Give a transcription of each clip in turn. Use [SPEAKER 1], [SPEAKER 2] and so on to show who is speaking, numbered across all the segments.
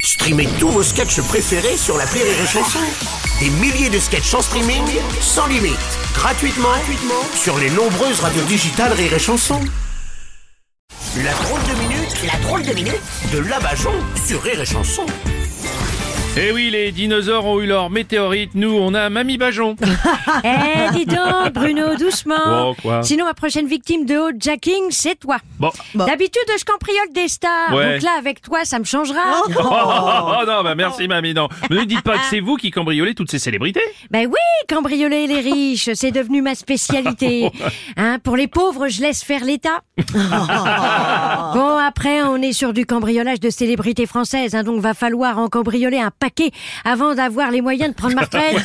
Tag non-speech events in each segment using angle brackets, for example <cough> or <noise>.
[SPEAKER 1] Streamez tous vos sketchs préférés sur la Rire et Chanson. Des milliers de sketchs en streaming, sans limite, gratuitement, gratuitement sur les nombreuses radios digitales Rire et Chanson. La drôle de minute, la drôle de minute de Labajon sur Rire et Chanson.
[SPEAKER 2] Eh oui, les dinosaures ont eu leur météorite, nous on a Mamie Bajon.
[SPEAKER 3] Eh, dis donc, Bruno, doucement.
[SPEAKER 2] Oh, quoi
[SPEAKER 3] Sinon, ma prochaine victime de hijacking, c'est toi.
[SPEAKER 2] Bon.
[SPEAKER 3] D'habitude, je cambriole des stars.
[SPEAKER 2] Ouais.
[SPEAKER 3] Donc là, avec toi, ça me changera.
[SPEAKER 2] <laughs> Oh, non, bah merci Mamie, non. Mais ne dites pas que c'est vous qui cambriolez toutes ces célébrités.
[SPEAKER 3] Ben oui, cambrioler les riches, c'est devenu
[SPEAKER 2] <laughs>
[SPEAKER 3] ma spécialité. Hein, pour les pauvres, je laisse faire l'État. Bon, après, on est sur du cambriolage de célébrités françaises, hein, donc va falloir en cambrioler un paquet avant d'avoir les moyens de
[SPEAKER 2] <laughs>
[SPEAKER 3] prendre ma retraite.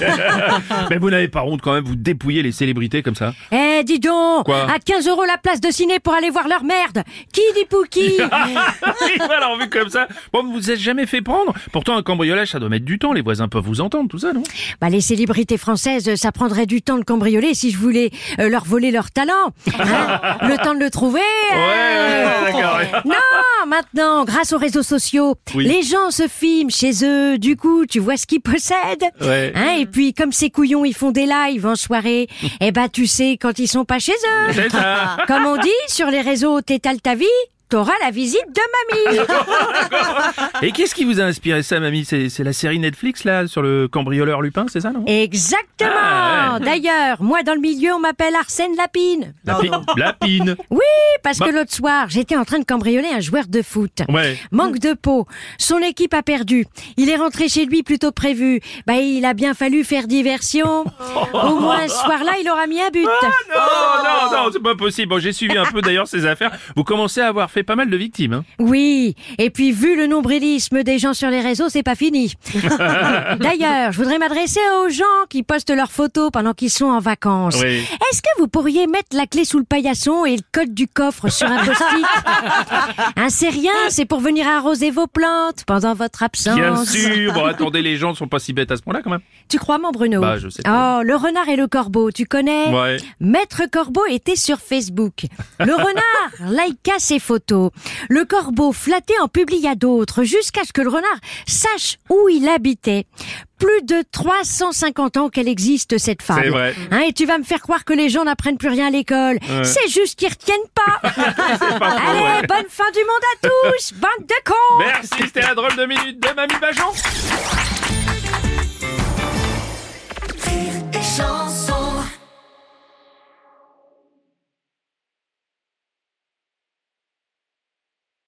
[SPEAKER 2] Mais vous n'avez pas honte quand même, vous dépouillez les célébrités comme ça.
[SPEAKER 3] Eh, dis donc
[SPEAKER 2] Quoi
[SPEAKER 3] À 15 euros la place de ciné pour aller voir leur merde Qui dit
[SPEAKER 2] <laughs>
[SPEAKER 3] pouki
[SPEAKER 2] Oui, alors vu comme ça, bon, vous vous êtes jamais fait prendre. Pourtant, un cambriolage, ça doit mettre du temps, les voisins peuvent vous entendre, tout ça, non
[SPEAKER 3] Bah, les célébrités françaises, euh, ça prendrait du temps de cambrioler si je voulais euh, leur voler leur talent.
[SPEAKER 2] <laughs>
[SPEAKER 3] Hein le temps de le trouver. euh.
[SPEAKER 2] ouais, d'accord.
[SPEAKER 3] Non, maintenant, grâce aux réseaux sociaux,
[SPEAKER 2] Oui.
[SPEAKER 3] les gens se filment chez eux. Du coup, tu vois ce qu'ils possèdent.
[SPEAKER 2] Ouais.
[SPEAKER 3] Hein, et puis, comme ces couillons, ils font des lives
[SPEAKER 2] <laughs>
[SPEAKER 3] en soirée. eh bah, tu sais, quand ils sont pas chez eux.
[SPEAKER 2] C'est ça.
[SPEAKER 3] Comme on dit sur les réseaux, t'étales ta vie. T'auras la visite
[SPEAKER 2] <laughs>
[SPEAKER 3] de mamie.
[SPEAKER 2] Et qu'est-ce qui vous a inspiré ça, Mamie C'est c'est la série Netflix, là, sur le cambrioleur Lupin, c'est ça,
[SPEAKER 3] Eh
[SPEAKER 2] non
[SPEAKER 3] Exactement.
[SPEAKER 2] Ah, ouais.
[SPEAKER 3] D'ailleurs, moi dans le milieu, on m'appelle Arsène Lapine.
[SPEAKER 2] La pi- Lapine.
[SPEAKER 3] Oui, parce
[SPEAKER 2] Bah-
[SPEAKER 3] que l'autre soir, j'étais en train de cambrioler un joueur de foot.
[SPEAKER 2] Ouais.
[SPEAKER 3] Manque de peau. Son équipe a perdu. Il est rentré chez lui plus tôt que prévu. Bah, il a bien fallu faire diversion.
[SPEAKER 2] <laughs>
[SPEAKER 3] Au moins, ce soir-là, il aura mis un but.
[SPEAKER 2] Oh non, non, c'est pas possible. Bon, j'ai suivi un peu d'ailleurs ces affaires. Vous commencez à avoir fait pas mal de victimes. Hein.
[SPEAKER 3] Oui. Et puis, vu le nombrilisme des gens sur les réseaux, c'est
[SPEAKER 2] <laughs>
[SPEAKER 3] pas fini. D'ailleurs, je voudrais m'adresser aux gens qui postent leurs photos pendant qu'ils sont en vacances.
[SPEAKER 2] Oui.
[SPEAKER 3] Est-ce que vous pourriez mettre la clé sous le paillasson et le code du coffre sur un post-it
[SPEAKER 2] <laughs>
[SPEAKER 3] Hein, c'est rien, c'est pour venir arroser vos plantes pendant votre absence.
[SPEAKER 2] Bien sûr. Bon, attendez, les gens ne sont pas si bêtes à ce point-là quand même.
[SPEAKER 3] Tu crois, mon Bruno
[SPEAKER 2] Bah, je sais pas.
[SPEAKER 3] Oh, le renard et le corbeau, tu connais
[SPEAKER 2] Ouais.
[SPEAKER 3] Maître Corbeau était sur Facebook.
[SPEAKER 2] <laughs>
[SPEAKER 3] Le renard likea ses photos. Le corbeau flatté en publia d'autres jusqu'à ce que le renard sache où il habitait. Plus de 350 ans qu'elle existe, cette femme.
[SPEAKER 2] C'est vrai.
[SPEAKER 3] Hein, et tu vas me faire croire que les gens n'apprennent plus rien à l'école.
[SPEAKER 2] Ouais.
[SPEAKER 3] C'est juste qu'ils retiennent
[SPEAKER 2] <laughs>
[SPEAKER 3] pas.
[SPEAKER 2] C'est pas faux,
[SPEAKER 3] Allez,
[SPEAKER 2] ouais.
[SPEAKER 3] bonne fin du monde à tous, bande de cons
[SPEAKER 2] Merci, c'était la drôle de minute de Mamie Bajon.
[SPEAKER 4] rire et chanson.